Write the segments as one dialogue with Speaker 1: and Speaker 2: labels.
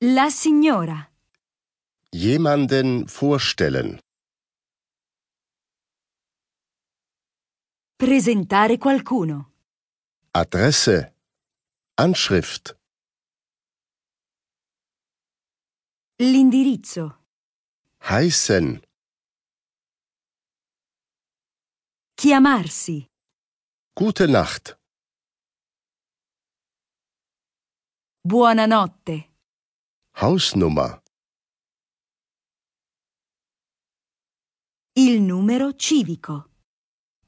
Speaker 1: La signora.
Speaker 2: Jemanden vorstellen.
Speaker 1: Presentare qualcuno.
Speaker 2: Adresse. Anschrift.
Speaker 1: L'indirizzo.
Speaker 2: Heißen.
Speaker 1: Chiamarsi.
Speaker 2: Gute Nacht.
Speaker 1: Buonanotte.
Speaker 2: Hausnummer.
Speaker 1: Il numero civico.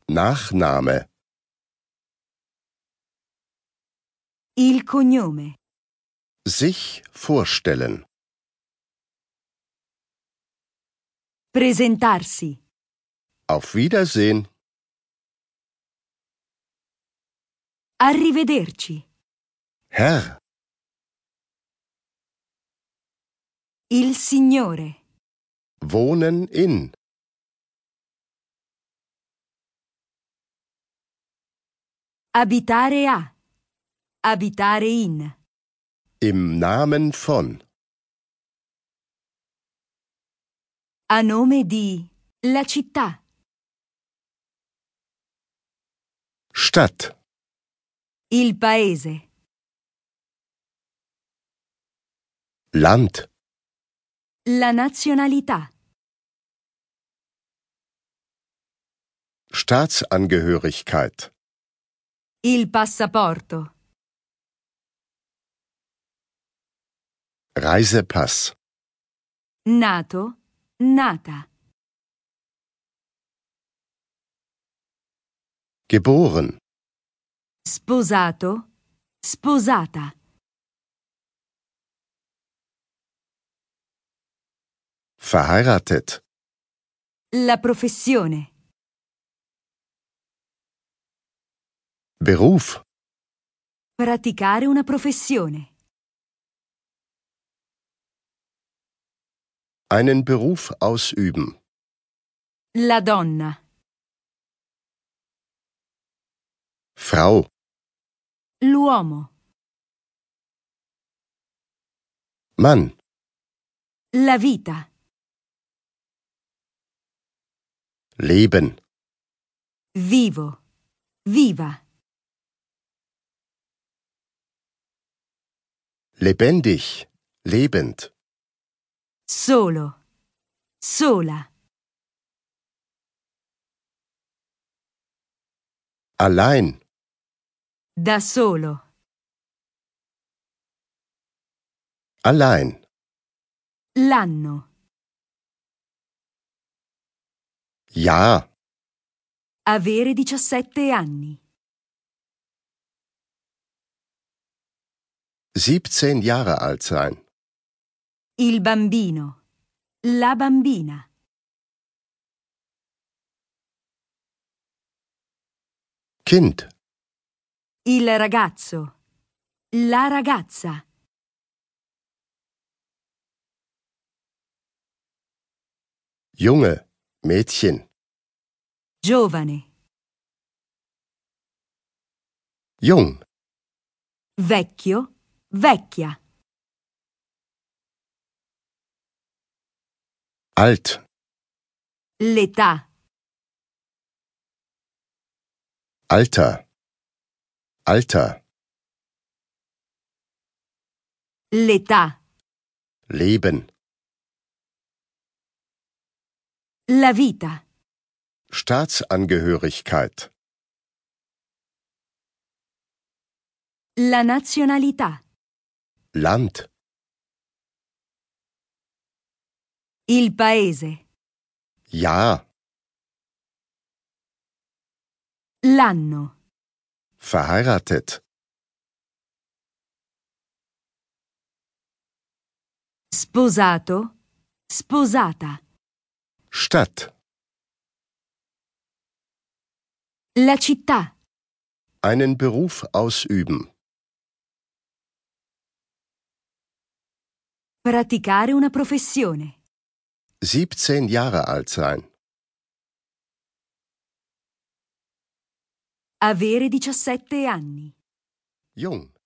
Speaker 2: Nachname.
Speaker 1: Il cognome.
Speaker 2: Sich vorstellen.
Speaker 1: Presentarsi.
Speaker 2: Auf Wiedersehen.
Speaker 1: Arrivederci.
Speaker 2: Herr.
Speaker 1: Il signore.
Speaker 2: Wohnen in.
Speaker 1: Abitare a. Abitare in.
Speaker 2: Im Namen von.
Speaker 1: A nome di. La città.
Speaker 2: Stadt.
Speaker 1: Il paese.
Speaker 2: Land.
Speaker 1: La nazionalità.
Speaker 2: Staatsangehörigkeit.
Speaker 1: Il passaporto.
Speaker 2: Reisepass.
Speaker 1: Nato. Nata.
Speaker 2: Geboren.
Speaker 1: Sposato. Sposata.
Speaker 2: Verheiratet.
Speaker 1: La professione.
Speaker 2: Beruf.
Speaker 1: Praticare una professione.
Speaker 2: Einen Beruf ausüben.
Speaker 1: La donna.
Speaker 2: Frau.
Speaker 1: L'uomo.
Speaker 2: Mann.
Speaker 1: La vita.
Speaker 2: Leben.
Speaker 1: Vivo. Viva.
Speaker 2: Lebendig. Lebend.
Speaker 1: Solo. Sola.
Speaker 2: Allein.
Speaker 1: Da solo.
Speaker 2: Allein.
Speaker 1: L'anno.
Speaker 2: Ja.
Speaker 1: Avere 17 anni.
Speaker 2: 17 Jahre alt sein.
Speaker 1: Il bambino. La bambina.
Speaker 2: Kind.
Speaker 1: Il ragazzo. La ragazza.
Speaker 2: Junge. Mädchen.
Speaker 1: Giovane.
Speaker 2: Jung.
Speaker 1: Vecchio. Vecchia.
Speaker 2: Alt.
Speaker 1: L'età.
Speaker 2: Alter. Alter.
Speaker 1: L'età.
Speaker 2: Leben.
Speaker 1: La vita.
Speaker 2: Staatsangehörigkeit.
Speaker 1: La nazionalità.
Speaker 2: Land.
Speaker 1: Il paese.
Speaker 2: Ja.
Speaker 1: L'anno.
Speaker 2: Verheiratet.
Speaker 1: Sposato. Sposata.
Speaker 2: Stadt.
Speaker 1: La città.
Speaker 2: Einen Beruf ausüben.
Speaker 1: Praticare una professione.
Speaker 2: 17 Jahre alt sein.
Speaker 1: Avere 17 anni.
Speaker 2: Jung.